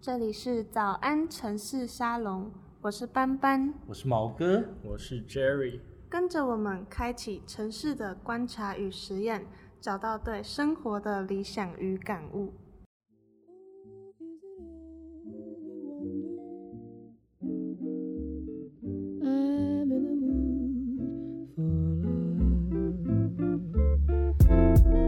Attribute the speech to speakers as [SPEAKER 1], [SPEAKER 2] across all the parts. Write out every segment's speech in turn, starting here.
[SPEAKER 1] 这里是早安城市沙龙，我是斑斑，
[SPEAKER 2] 我是毛哥，
[SPEAKER 3] 我是 Jerry。
[SPEAKER 1] 跟着我们开启城市的观察与实验，找到对生活的理想与感悟。
[SPEAKER 4] I'm in the mood for love.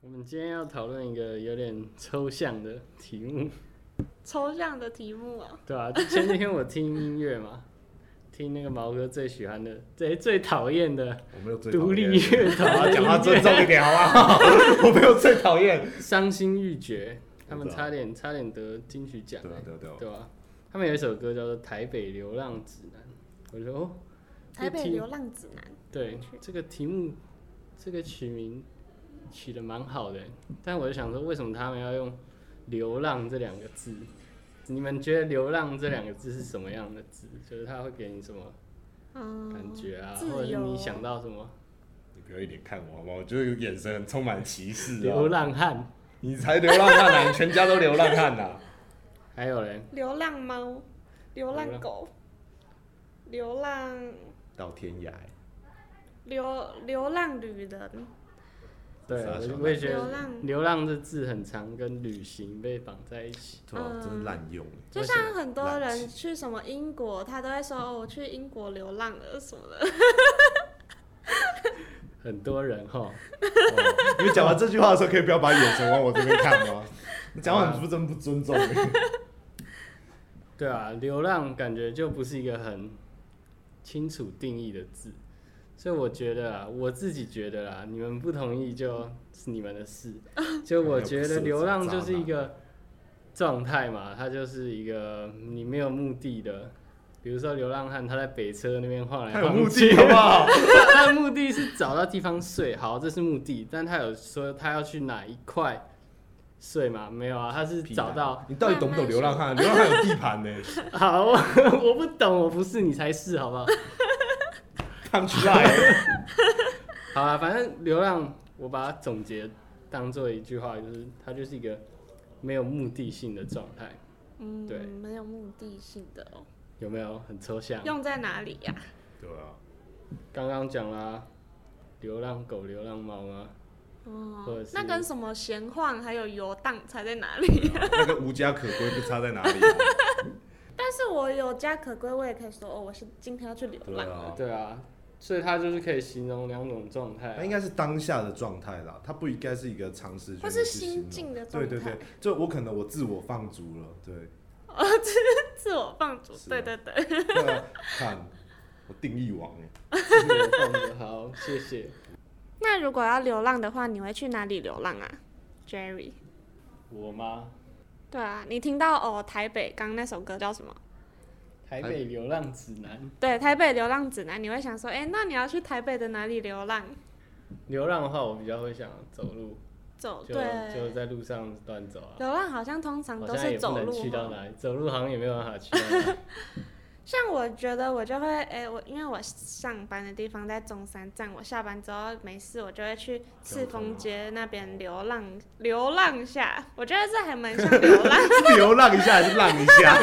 [SPEAKER 3] 我们今天要讨论一个有点抽象的题目，
[SPEAKER 1] 抽象的题目啊，
[SPEAKER 3] 对啊，前几天我听音乐嘛， 听那个毛哥最喜欢的、最最讨厌的
[SPEAKER 2] 我没有最
[SPEAKER 3] 独立乐
[SPEAKER 2] 好
[SPEAKER 3] 团，
[SPEAKER 2] 讲话尊重一点好不好？ 我没有最讨厌。
[SPEAKER 3] 伤心欲绝，他们
[SPEAKER 2] 我知道
[SPEAKER 3] 差点差点得金曲奖、
[SPEAKER 2] 对啊
[SPEAKER 3] 欸，
[SPEAKER 2] 对啊对啊，
[SPEAKER 3] 对吧、他们有一首歌叫做《台北流浪指南》，我说哦，
[SPEAKER 1] 台北
[SPEAKER 3] 一听
[SPEAKER 1] 流浪指南。
[SPEAKER 3] 对
[SPEAKER 1] 去
[SPEAKER 3] 这个题目，这个取名取得蛮好的欸，但我就想说，为什么他们要用“流浪”这两个字？你们觉得“流浪”这两个字是什么样的字？就是它会给你什么
[SPEAKER 1] 嗯，
[SPEAKER 3] 感觉啊，
[SPEAKER 1] 自
[SPEAKER 3] 或者是
[SPEAKER 1] 由
[SPEAKER 3] 你想到什么
[SPEAKER 2] 你不要一脸看我好不好？我就是眼神很充满歧视
[SPEAKER 3] 流
[SPEAKER 2] 啊！
[SPEAKER 3] 浪汉？
[SPEAKER 2] 你才流浪汉啊呢，你全家都流浪汉啊呐！
[SPEAKER 3] 还有嘞，
[SPEAKER 1] 流浪猫、流浪狗、流浪
[SPEAKER 2] 到天涯，
[SPEAKER 1] 流流浪旅人，
[SPEAKER 3] 对
[SPEAKER 2] 傻小
[SPEAKER 3] 我
[SPEAKER 2] 子
[SPEAKER 3] 我也觉
[SPEAKER 1] 流
[SPEAKER 3] 得
[SPEAKER 1] 浪
[SPEAKER 3] “流浪”这字很常跟旅行被绑在一起。
[SPEAKER 2] 对啊，真是滥用欸。
[SPEAKER 1] 就
[SPEAKER 3] 为什
[SPEAKER 1] 像很多
[SPEAKER 2] 垃
[SPEAKER 1] 人
[SPEAKER 2] 圾
[SPEAKER 1] 去什么英国，他都会说哦我去英国流浪了什么的。
[SPEAKER 3] 很多人哈，
[SPEAKER 2] 你们讲完这句话的时候，可以不要把眼神往我这边看 吗？你讲话很不真不尊重欸。
[SPEAKER 3] 对啊，流浪感觉就不是一个很清楚定义的字，所以我觉得啊，我自己觉得啦，你们不同意就是你们的事。就我觉得流浪就是一个状态嘛，它就是一个你没有目的的。比如说流浪汉，他在北车那边晃来
[SPEAKER 2] 他有
[SPEAKER 3] 晃
[SPEAKER 2] 目
[SPEAKER 3] 去
[SPEAKER 2] 的，好不好？
[SPEAKER 3] 他的目的是找到地方睡，好，这是目的。但他有说他要去哪一块睡吗？没有啊，他是找到
[SPEAKER 2] 你到底懂不懂流浪 汉？流浪汉有地盘呢，
[SPEAKER 3] 好， 我我不懂，我不是你才是，好不好？
[SPEAKER 2] 看不出来。
[SPEAKER 3] 好啊，反正流浪，我把它总结当做一句话，就是它就是一个没有目的性的状态，
[SPEAKER 1] 嗯，
[SPEAKER 3] 对
[SPEAKER 1] 没有目的性的哦。
[SPEAKER 3] 有没有？很抽象。
[SPEAKER 1] 用在哪里呀、
[SPEAKER 2] 对啊，
[SPEAKER 3] 刚刚讲啦，流浪狗、流浪猫啊，或者
[SPEAKER 1] 哦
[SPEAKER 3] 是，
[SPEAKER 1] 那跟什么闲晃还有游荡差在哪里？
[SPEAKER 2] 那个无家可归不差在哪里？啊
[SPEAKER 1] 但是我有家可归，我也可以说哦，我是今天要去流浪。
[SPEAKER 2] 啊
[SPEAKER 3] 对啊，所以它就是可以形容两种状态
[SPEAKER 2] 它
[SPEAKER 3] 啊、
[SPEAKER 2] 应该是当下的状态啦，它不应该是一个长时间
[SPEAKER 1] 或
[SPEAKER 2] 的
[SPEAKER 1] 是
[SPEAKER 2] 去
[SPEAKER 1] 心
[SPEAKER 2] 形容
[SPEAKER 1] 境的状
[SPEAKER 2] 对
[SPEAKER 1] 态，
[SPEAKER 2] 对对，就我可能我自我放逐了，对，
[SPEAKER 1] 自我放逐，
[SPEAKER 2] 是啊
[SPEAKER 1] 对对对，
[SPEAKER 2] 对啊看我定义王欸
[SPEAKER 3] 就是放着 好，谢谢。
[SPEAKER 1] 那如果要流浪的话，你会去哪里流浪啊，Jerry？
[SPEAKER 3] 我吗？
[SPEAKER 1] 对啊，你听到哦，台北刚刚那首歌叫什么？
[SPEAKER 3] 台北流浪指南，
[SPEAKER 1] 对，台北流浪指南，你会想说，哎、那你要去台北的哪里流浪？
[SPEAKER 3] 流浪的话，我比较会想走路，
[SPEAKER 1] 走
[SPEAKER 3] 就就
[SPEAKER 1] 对，
[SPEAKER 3] 在路上乱走啊。
[SPEAKER 1] 流浪好像通常
[SPEAKER 3] 好
[SPEAKER 1] 都
[SPEAKER 3] 像
[SPEAKER 1] 是
[SPEAKER 3] 也不
[SPEAKER 1] 走
[SPEAKER 3] 能
[SPEAKER 1] 路
[SPEAKER 3] 去到
[SPEAKER 1] 嘛
[SPEAKER 3] 哪里，走路好像也没有办法去到 哪里。
[SPEAKER 1] 像我觉得我就会，哎、我因为我上班的地方在中山站，我下班之后没事，我就会去赤峰街那边流浪流浪下。我觉得这还蛮像流浪，
[SPEAKER 2] 是 流浪一下还是浪一下？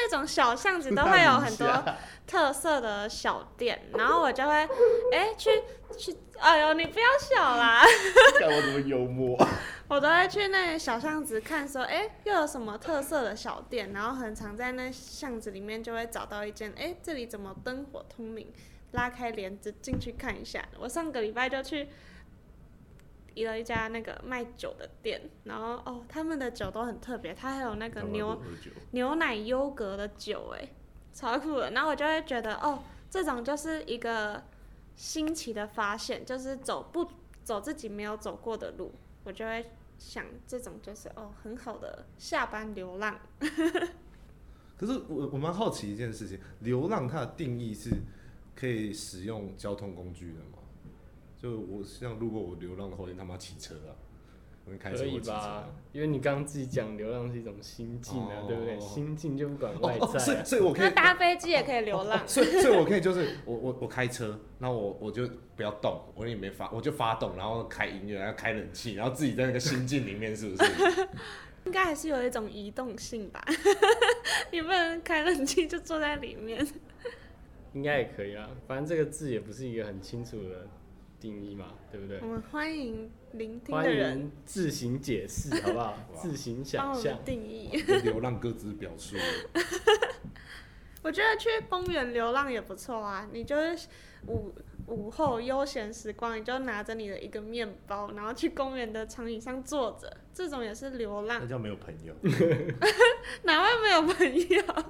[SPEAKER 1] 那种小巷子都会有很多特色的小店，然后我就会，哎、去去，哎呦，你不要笑啦，
[SPEAKER 2] 看我怎么幽默，
[SPEAKER 1] 我都会去那小巷子看说，哎、又有什么特色的小店，然后很常在那巷子里面就会找到一间，哎、这里怎么灯火通明，拉开帘子进去看一下。我上个礼拜就去。移了一家那个卖酒的店，然后哦，他们的酒都很特别，它还有那个牛
[SPEAKER 2] 喝酒，
[SPEAKER 1] 牛奶优格的酒、哎，超酷的。然后我就会觉得，哦，这种就是一个新奇的发现，就是走不走自己没有走过的路，我就会想，这种就是哦，很好的下班流浪。
[SPEAKER 2] 可是我我蛮好奇一件事情，流浪它的定义是可以使用交通工具的吗？就我像如果我流浪的话，我一定他妈骑车啊！我们开车
[SPEAKER 3] 可以吧？因为你刚刚自己讲流浪是一种心境啊，
[SPEAKER 2] 哦
[SPEAKER 3] 对不对？心境就不管
[SPEAKER 2] 我骑
[SPEAKER 3] 外
[SPEAKER 2] 车？哦哦，所
[SPEAKER 3] 在、
[SPEAKER 2] 以
[SPEAKER 3] 啊，
[SPEAKER 2] 所以我可
[SPEAKER 1] 那
[SPEAKER 2] 以
[SPEAKER 1] 搭飞机也可以流浪，
[SPEAKER 2] 所以所以我可以就是我我我开车，然后我我就不要动，我也没发，我就发动，然后开音乐，然后开冷气，然后自己在那个心境里面，是不是？
[SPEAKER 1] 应该还是有一种移动性吧？ 你不能开冷气就坐在里面。
[SPEAKER 3] 应该也可以啊。反正这个字也不是一个很清楚的定义嘛，对不对
[SPEAKER 1] 我？们欢迎聆嗯听
[SPEAKER 3] 欢
[SPEAKER 1] 的人
[SPEAKER 3] 迎自行解释，好 不好？自行
[SPEAKER 1] 帮
[SPEAKER 3] 想
[SPEAKER 1] 我
[SPEAKER 3] 象
[SPEAKER 1] 们。定义。
[SPEAKER 2] 流浪各自表述。
[SPEAKER 1] 啊我觉得去公园流浪也不错啊，你就是午午后悠闲时光，你就拿着你的一个面包，然后去公园的长椅上坐着，这种也是流浪
[SPEAKER 2] 那，叫没有朋友。
[SPEAKER 1] 哪会没有朋友？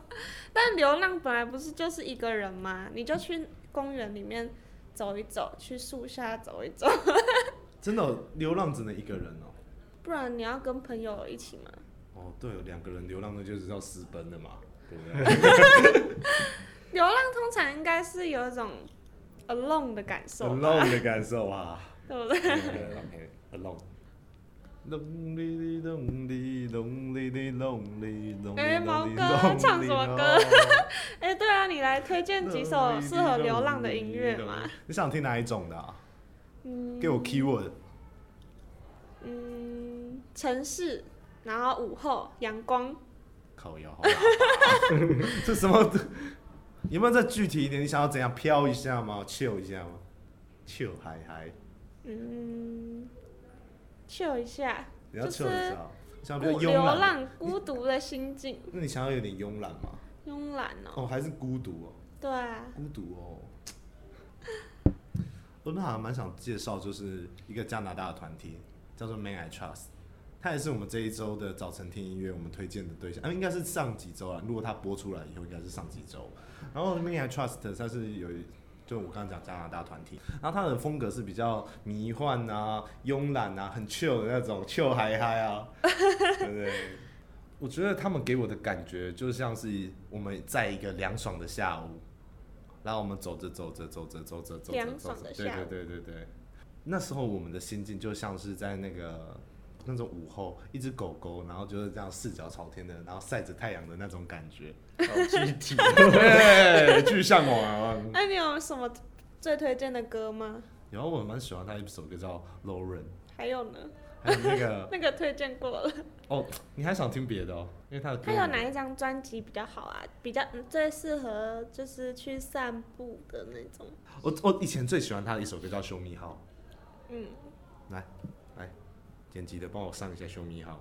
[SPEAKER 1] 但流浪本来不是就是一个人吗？你就去公园里面走一走，去树下走一走，
[SPEAKER 2] 真的哦、流浪只能一个人哦。
[SPEAKER 1] 不然你要跟朋友一起嘛。
[SPEAKER 2] 哦，对哦，两个人流浪那就是要私奔了嘛，对不对？
[SPEAKER 1] 流浪通常应该是有一种 alone 的感受吧，
[SPEAKER 2] alone 的感受啊。
[SPEAKER 1] 对不对？
[SPEAKER 2] alone。Lonely, lonely, lonely, lonely, lonely,
[SPEAKER 1] 哎毛哥
[SPEAKER 2] lonely,
[SPEAKER 1] 唱什么
[SPEAKER 2] lonely
[SPEAKER 1] 歌哎、对啊，你来推荐几首适合流浪的音乐嘛？？
[SPEAKER 2] 你想听哪一种的、啊？
[SPEAKER 1] 嗯
[SPEAKER 2] 给我 keyword。
[SPEAKER 1] 嗯，城市，然后午后阳光，
[SPEAKER 2] 靠腰，好 吧这什么？有没有再具体一点？你想要怎样飘一下吗？chill 一下吗？chill 嗨嗨，
[SPEAKER 1] 嗯，chill 一下，
[SPEAKER 2] 你要
[SPEAKER 1] 就是
[SPEAKER 2] chill 一下哦，想
[SPEAKER 1] 孤
[SPEAKER 2] 要比较慵
[SPEAKER 1] 流
[SPEAKER 2] 懒。
[SPEAKER 1] 浪孤独的心境，
[SPEAKER 2] 那你想要有点慵懒吗？
[SPEAKER 1] 慵懒哦。
[SPEAKER 2] 哦，还是孤独哦，
[SPEAKER 1] 对啊，
[SPEAKER 2] 孤独哦。 我那好像蛮想介绍，就是一个加拿大的团体，叫做 Man I Trust，它也是我们这一周的早晨听音乐我们推荐的对象，啊，应该是上几周啊，如果它播出来以后，应该是上几周。然后 Man I Trust 它是有一，就我刚刚讲加拿大团体，然后它的风格是比较迷幻啊、慵懒啊、很 chill 的那种，chill 嗨嗨 啊，对不对？我觉得他们给我的感觉就像是我们在一个凉爽的下午，然后我们走着走着走着走着走着
[SPEAKER 1] 凉
[SPEAKER 2] 走
[SPEAKER 1] 爽
[SPEAKER 2] 着，
[SPEAKER 1] 的
[SPEAKER 2] 对
[SPEAKER 1] 下
[SPEAKER 2] 对
[SPEAKER 1] 午
[SPEAKER 2] 对对对。那时候我们的心境就像是在那个那种午后，一只狗狗，然后就是这样四脚朝天的，然后晒着太阳的那种感觉，
[SPEAKER 3] 好
[SPEAKER 1] 哦
[SPEAKER 3] 具体，
[SPEAKER 2] 对，巨向往啊！
[SPEAKER 1] 那哎你有什么最推荐的歌吗？
[SPEAKER 2] 然后我蛮喜欢他一首歌叫《Lauren》，
[SPEAKER 1] 还有呢？
[SPEAKER 2] 还有 那个
[SPEAKER 1] 那个推荐过了。
[SPEAKER 2] 哦，你还想听别的哦？因为他的歌
[SPEAKER 1] 他有哪一张专辑比较好啊？比较嗯最适合就是去散步的那种。
[SPEAKER 2] 我我以前最喜欢他的一首歌叫《修密号》。
[SPEAKER 1] 嗯，
[SPEAKER 2] 来来，剪辑的帮我上一下修密 号。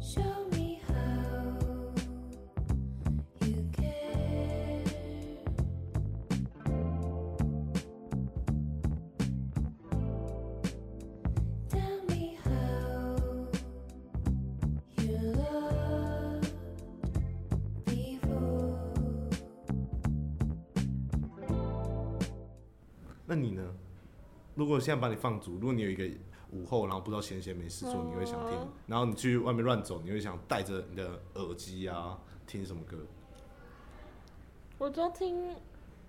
[SPEAKER 4] Show me how you care. Tell me how you loved before.
[SPEAKER 2] 那你呢？如果现在把你放逐，如果你有一个午后，然后不知道闲闲没事做，你会想听
[SPEAKER 1] 哦？
[SPEAKER 2] 然后你去外面乱走，你会想带着你的耳机啊，听什么歌？
[SPEAKER 1] 我就听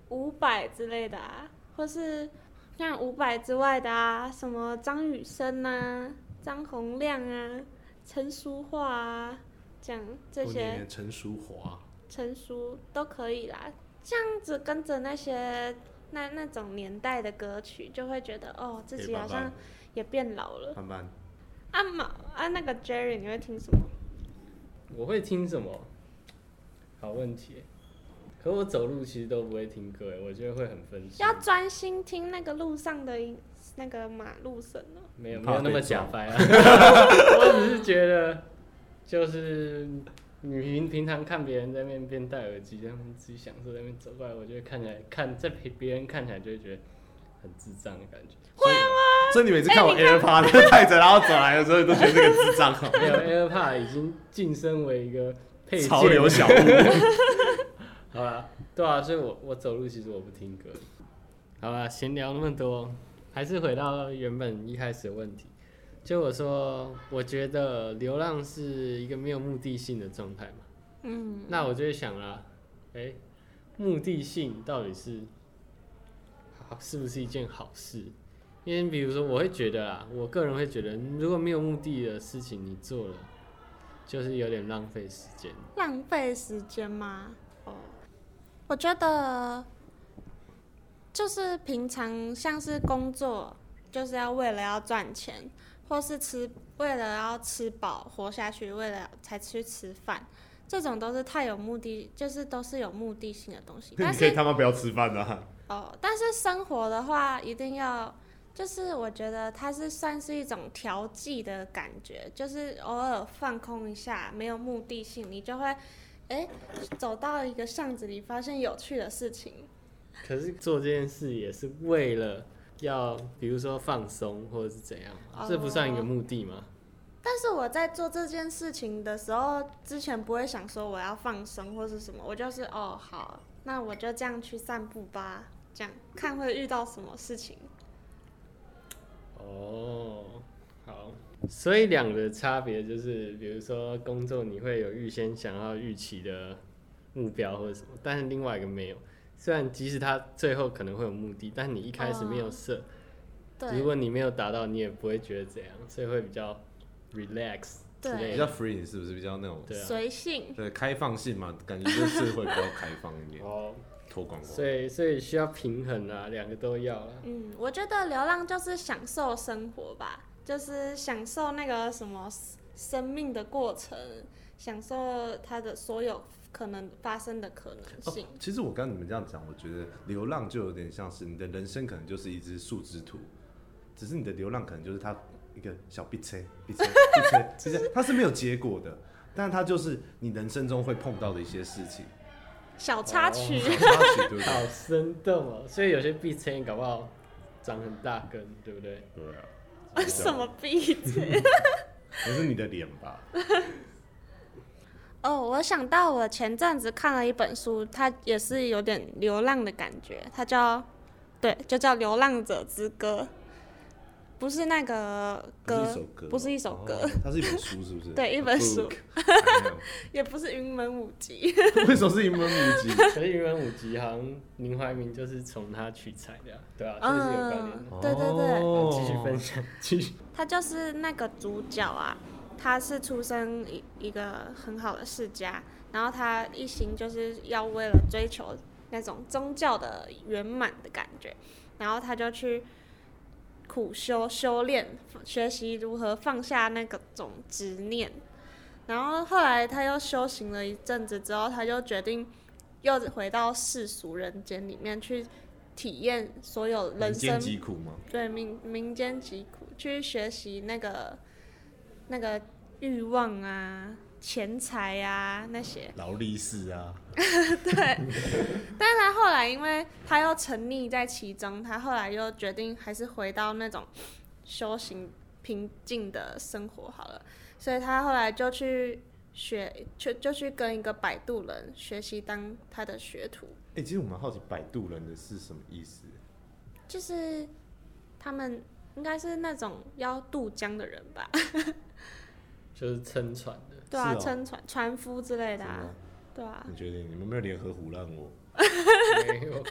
[SPEAKER 1] 伍佰之类的啊，或是像伍佰之外的啊，什么张雨生啊、张洪量啊、陈淑桦啊，这样这
[SPEAKER 2] 或哦你
[SPEAKER 1] 些
[SPEAKER 2] 连陈淑桦，啊
[SPEAKER 1] 陈淑都可以啦。这样子跟着那些那那种年代的歌曲，就会觉得哦，自
[SPEAKER 2] 诶
[SPEAKER 1] 己好
[SPEAKER 2] 班
[SPEAKER 1] 像
[SPEAKER 2] 班
[SPEAKER 1] 也变老了。
[SPEAKER 2] 班班，
[SPEAKER 1] 啊嘛啊，那个 Jerry 你会听什么？
[SPEAKER 3] 我会听什么？好问题耶。可我走路其实都不会听歌耶，我觉得会很分心。
[SPEAKER 1] 要专心听那个路上的音那个马路声哦。
[SPEAKER 3] 没有
[SPEAKER 2] 你
[SPEAKER 3] 没
[SPEAKER 2] 怕
[SPEAKER 3] 有那么
[SPEAKER 2] 被
[SPEAKER 3] 假
[SPEAKER 2] 撞
[SPEAKER 3] 掰 啊， 我只是觉得，就是你平平常看别人在那边边戴耳机，他们自己享受在那边走过来，我觉得看起来看在陪别人看起来就会觉得很智障的感觉。
[SPEAKER 2] 会吗？哎所以你每次看我 AirPod 戴着，然后走来的 时候，你都觉得这个智障哦，
[SPEAKER 3] 没有 AirPod 已经晋升为一个配件，
[SPEAKER 2] 潮流 小物。
[SPEAKER 3] 好啦，对啊，所以我我走路其实我不听歌。好啦，闲聊那么多，还是回到原本一开始的问题。就我说，我觉得流浪是一个没有目的性的状态嘛。
[SPEAKER 1] 嗯，
[SPEAKER 3] 那我就会想啦，哎、目的性到底是好是不是一件好事？因为比如说，我会觉得啊，我个人会觉得，如果没有目的的事情你做了，就是有点浪费时间。
[SPEAKER 1] 浪费时间吗？哦，我觉得就是平常像是工作，就是要为了要赚钱，或是吃为了要吃饱活下去，为了才去吃饭，这种都是太有目的，就是都是有目的性的东西。但
[SPEAKER 2] 你可以
[SPEAKER 1] 是
[SPEAKER 2] 他妈不要吃饭啊！
[SPEAKER 1] 哦，但是生活的话，一定要。就是我觉得它是算是一种调剂的感觉，就是偶尔放空一下，没有目的性，你就会，哎，走到一个巷子里，发现有趣的事情。
[SPEAKER 3] 可是做这件事也是为了要，比如说放松或者是怎样嘛，这不
[SPEAKER 1] 哦
[SPEAKER 3] 算一个目的吗？
[SPEAKER 1] 但是我在做这件事情的时候，之前不会想说我要放松或是什么，我就是哦好，那我就这样去散步吧，这样看会遇到什么事情。
[SPEAKER 3] 哦，好。所以两个的差别就是，比如说工作你会有预先想要预期的目标或者什么，但是另外一个没有。虽然即使他最后可能会有目的，但你一开始没有设，如
[SPEAKER 1] 哦对
[SPEAKER 3] 果你没有达到，你也不会觉得怎样，所以会比较 relax 之
[SPEAKER 1] 对
[SPEAKER 2] 比
[SPEAKER 3] 类
[SPEAKER 2] 较
[SPEAKER 3] 的。
[SPEAKER 2] free 是不是比较那种
[SPEAKER 3] 对啊
[SPEAKER 1] 随性。
[SPEAKER 2] 对开放性嘛？感觉就是会比较开放一点，
[SPEAKER 3] 哦，
[SPEAKER 2] 脱光光。
[SPEAKER 3] 所以所以需要平衡啊，两个都要啊。
[SPEAKER 1] 嗯，我觉得流浪就是享受生活吧，就是享受那个什么生命的过程，享受它的所有可能发生的可能
[SPEAKER 2] 哦
[SPEAKER 1] 性。
[SPEAKER 2] 其实我刚刚你们这样讲，我觉得流浪就有点像是你的人生可能就是一只树枝图，只是你的流浪可能就是它一个小逼车，逼 车，逼车，其实它是没有结果的，但它就是你人生中会碰到的一些事情，
[SPEAKER 1] 小
[SPEAKER 2] 哦
[SPEAKER 1] 插曲，
[SPEAKER 2] 小插曲，对不对？
[SPEAKER 3] 好生动哦，所以有些 B 车搞不好长很大根，对不对？
[SPEAKER 2] 对啊，
[SPEAKER 1] 为什么闭嘴？
[SPEAKER 2] 可是你的脸吧？
[SPEAKER 1] 哦，我想到我前阵子看了一本书，它也是有点流浪的感觉，它叫对，就叫《流浪者之歌》，不是那个歌，
[SPEAKER 2] 不是一首歌，
[SPEAKER 1] 不是一首歌
[SPEAKER 2] 哦，它是一本书，是不是？啊
[SPEAKER 1] 对一本书
[SPEAKER 2] A book 哎
[SPEAKER 1] 也不是云门舞集。
[SPEAKER 2] 没 有为什么是一本五集？
[SPEAKER 3] 可是《云门舞集》好像林怀民就是从他取材的、啊，对啊，这是有关联的。
[SPEAKER 1] 对对对
[SPEAKER 3] 好
[SPEAKER 2] 哦
[SPEAKER 3] 继续分享，继续。
[SPEAKER 1] 他就是那个主角啊，他是出生一一个很好的世家，然后他一行就是要为了追求那种宗教的圆满的感觉，然后他就去苦修修炼，学习如何放下那个种执念。然后后来他又修行了一阵子之后，他就决定又回到世俗人间里面去体验所有人
[SPEAKER 2] 人间
[SPEAKER 1] 生
[SPEAKER 2] 疾苦吗？
[SPEAKER 1] 对民民间疾苦，去学习那个那个欲望啊、钱财啊那些。
[SPEAKER 2] 劳力士啊，
[SPEAKER 1] 但是他后来因为他又沉溺在其中，他后来又决定还是回到那种修行平静的生活好了，所以他后来就去学，就就去跟一个摆渡人学习当他的学徒，
[SPEAKER 2] 哎、其实我蛮好奇摆渡人的是什么意思。
[SPEAKER 1] 就是他们应该是那种要渡江的人吧。
[SPEAKER 3] 就是撑船的，
[SPEAKER 1] 对啊，
[SPEAKER 2] 是哦
[SPEAKER 1] 撑船船夫之类的
[SPEAKER 2] 真
[SPEAKER 1] 啊
[SPEAKER 2] 的，
[SPEAKER 1] 对啊。
[SPEAKER 2] 你觉得你们没有联合胡乱我？
[SPEAKER 3] 没有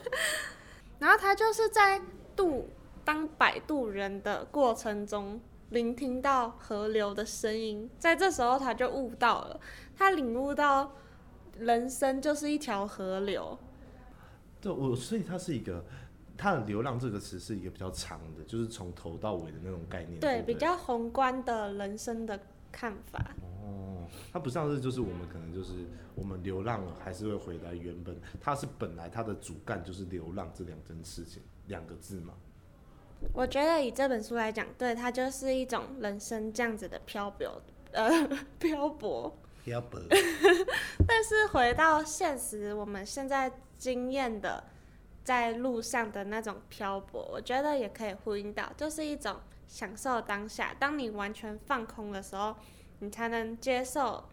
[SPEAKER 1] 然后他就是在渡当摆渡人的过程中，聆听到河流的声音，在这时候他就悟到了，他领悟到人生就是一条河流，
[SPEAKER 2] 对，我所以它是一个，它的“流浪”这个词是一个比较长的，就是从头到尾的那种概念。
[SPEAKER 1] 对，
[SPEAKER 2] 对，
[SPEAKER 1] 比。较宏观的人生的看法。
[SPEAKER 2] 哦，它不像是就是我们可能就是我们流浪了，还是会回来原本，它是本来它的主干就是流浪这两件事情，两个字嘛。
[SPEAKER 1] 我觉得以这本书来讲，对它就是一种人生这样子的漂流，呃， 漂泊。
[SPEAKER 2] 要不，
[SPEAKER 1] 但是回到现实，我们现在经验的在路上的那种漂泊，我觉得也可以呼应到，就是一种享受当下。当你完全放空的时候，你才能接受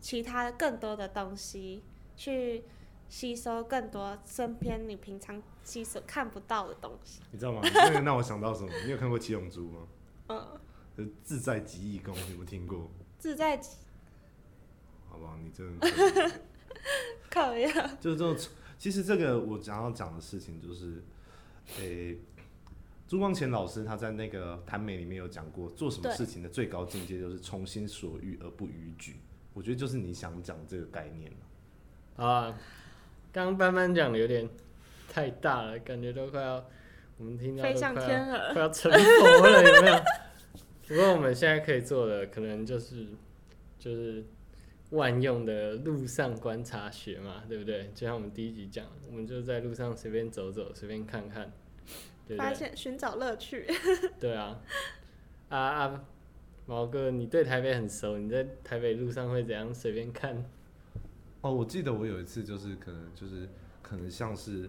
[SPEAKER 1] 其他更多的东西，去吸收更多身边你平常吸收看不到的东西。
[SPEAKER 2] 你知道吗？这个让我想到什么？你有看过《七龙珠》吗？
[SPEAKER 1] 嗯，
[SPEAKER 2] 就是自在极意功，你有没有听过？
[SPEAKER 1] 自在
[SPEAKER 2] 好不好？你真的 可以。
[SPEAKER 1] 考验。
[SPEAKER 2] 就是这种，其实这个我想要讲的事情就是，诶、朱光潜老师他在那个《谈美》里面有讲过，做什么
[SPEAKER 1] 对
[SPEAKER 2] 事情的最高境界就是从心所欲而不逾矩。我觉得就是你想讲这个概念嘛
[SPEAKER 3] 好啊，刚刚班班讲的有点太大了，感觉都快要我们听到
[SPEAKER 1] 飞
[SPEAKER 3] 都
[SPEAKER 1] 上
[SPEAKER 3] 快要
[SPEAKER 1] 天了。
[SPEAKER 3] 快要成佛了，有没有？不过我们现在可以做的，可能就是就是万用的路上观察学嘛，对不对？就像我们第一集讲，我们就在路上随便走走，随便看看，对不
[SPEAKER 1] 发
[SPEAKER 3] 对？
[SPEAKER 1] 现寻找乐趣，
[SPEAKER 3] 对啊，啊啊，毛哥，你对台北很熟，你在台北路上会怎样随便看？
[SPEAKER 2] 哦，我记得我有一次就是可能就是可能像是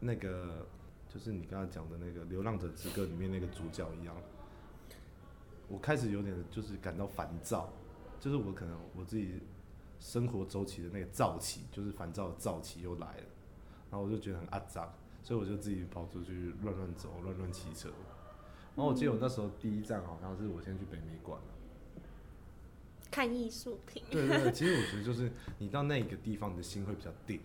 [SPEAKER 2] 那个就是你刚才讲的那个《流浪者之歌》里面那个主角一样，我开始有点就是感到烦躁，就是我可能我自己生活周期的那个躁期，就是烦躁的躁期又来了，然后我就觉得很阿脏，所以我就自己跑出去乱乱走，乱乱骑车。然后我记得我那时候第一站好像是我先去北美馆，
[SPEAKER 1] 看艺术品。
[SPEAKER 2] 对对对，其实我觉得就是你到那个地方，你的心会比较定，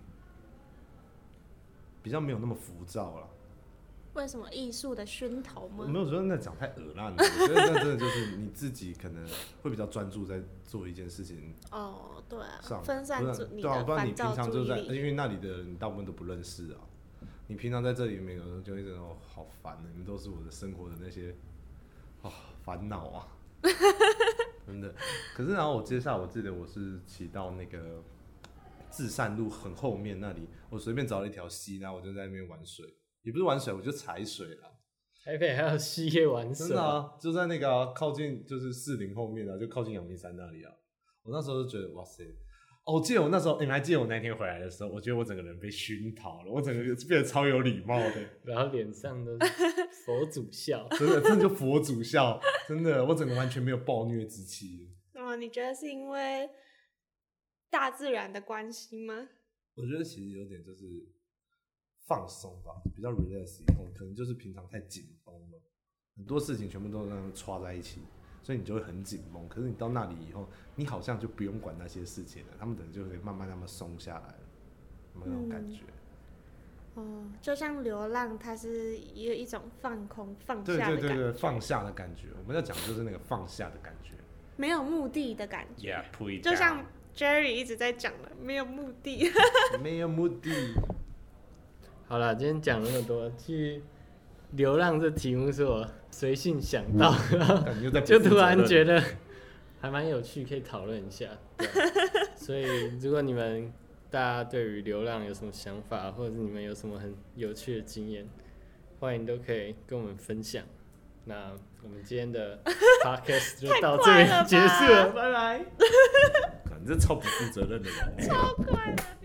[SPEAKER 2] 比较没有那么浮躁了。
[SPEAKER 1] 为什么艺术的熏陶
[SPEAKER 2] 我
[SPEAKER 1] 吗？
[SPEAKER 2] 没有说那讲太恶烂了，我觉得那真的就是你自己可能会比较专注在做一件事情
[SPEAKER 1] 哦，对啊
[SPEAKER 2] 上，，
[SPEAKER 1] 分散
[SPEAKER 2] 不然
[SPEAKER 1] 注你
[SPEAKER 2] 对啊，
[SPEAKER 1] 的
[SPEAKER 2] 不然
[SPEAKER 1] 烦
[SPEAKER 2] 你
[SPEAKER 1] 躁
[SPEAKER 2] 平常
[SPEAKER 1] 注
[SPEAKER 2] 就
[SPEAKER 1] 意
[SPEAKER 2] 在，
[SPEAKER 1] 力。
[SPEAKER 2] 因为那里的人大部分都不认识啊。你平常在这里面，有时候就一直哦，好烦啊！你们都是我的生活的那些哦烦恼啊， 真的。可是然后我接下来我记得我是骑到那个至善路很后面那里，我随便找了一条溪，然后我就在那边玩水，也不是玩水，我就踩水了。
[SPEAKER 3] 台北还有西夜玩
[SPEAKER 2] 真
[SPEAKER 3] 水
[SPEAKER 2] 的，啊，就在那个啊、靠近就是士林后面啊，就靠近阳明山那里啊。我那时候就觉得哇塞，哦，我记得我那时候，你们还记得我那天回来的时候，我觉得我整个人被熏陶了，我整个人变得超有礼貌的，
[SPEAKER 3] 然后脸上都是佛祖笑。
[SPEAKER 2] 真的，真的就佛祖笑，真的，我整个完全没有暴虐之气。
[SPEAKER 1] 哦，你觉得是因为大自然的关系吗？
[SPEAKER 2] 我觉得其实有点就是放松吧，比较 relax 一点，可能就是平常太紧绷了，很多事情全部都那样歘在一起，所以你就会很紧绷。可是你到那里以后，你好像就不用管那些事情了，他们可能就会慢慢慢慢松下来了，有没有那种感
[SPEAKER 1] 嗯
[SPEAKER 2] 觉？
[SPEAKER 1] 哦，就像流浪，它是有一种放空、放
[SPEAKER 2] 对
[SPEAKER 1] 下
[SPEAKER 2] 对
[SPEAKER 1] 的
[SPEAKER 2] 对
[SPEAKER 1] 感，
[SPEAKER 2] 对，放下的感觉，我们要讲的就是那个放下的感觉。
[SPEAKER 1] 没有目的的感觉。
[SPEAKER 2] Yeah, put it
[SPEAKER 1] 就像 Jerry 一直在讲的，没有目的。
[SPEAKER 2] down 没有目的，
[SPEAKER 3] 好了，今天讲那么多，去流浪这题目是我随性想到，然后
[SPEAKER 2] 感觉在不
[SPEAKER 3] 就
[SPEAKER 2] 负
[SPEAKER 3] 突
[SPEAKER 2] 责
[SPEAKER 3] 然
[SPEAKER 2] 任
[SPEAKER 3] 觉得还蛮有趣，可以讨论一下。对啊 所以如果你们大家对于流浪有什么想法，或者是你们有什么很有趣的经验，欢迎都可以跟我们分享。那我们今天的 podcast 就到这
[SPEAKER 1] 太快了
[SPEAKER 3] 边
[SPEAKER 1] 吧
[SPEAKER 3] 结束了，拜拜。
[SPEAKER 2] 你这超不负责任的人。
[SPEAKER 1] 超快的。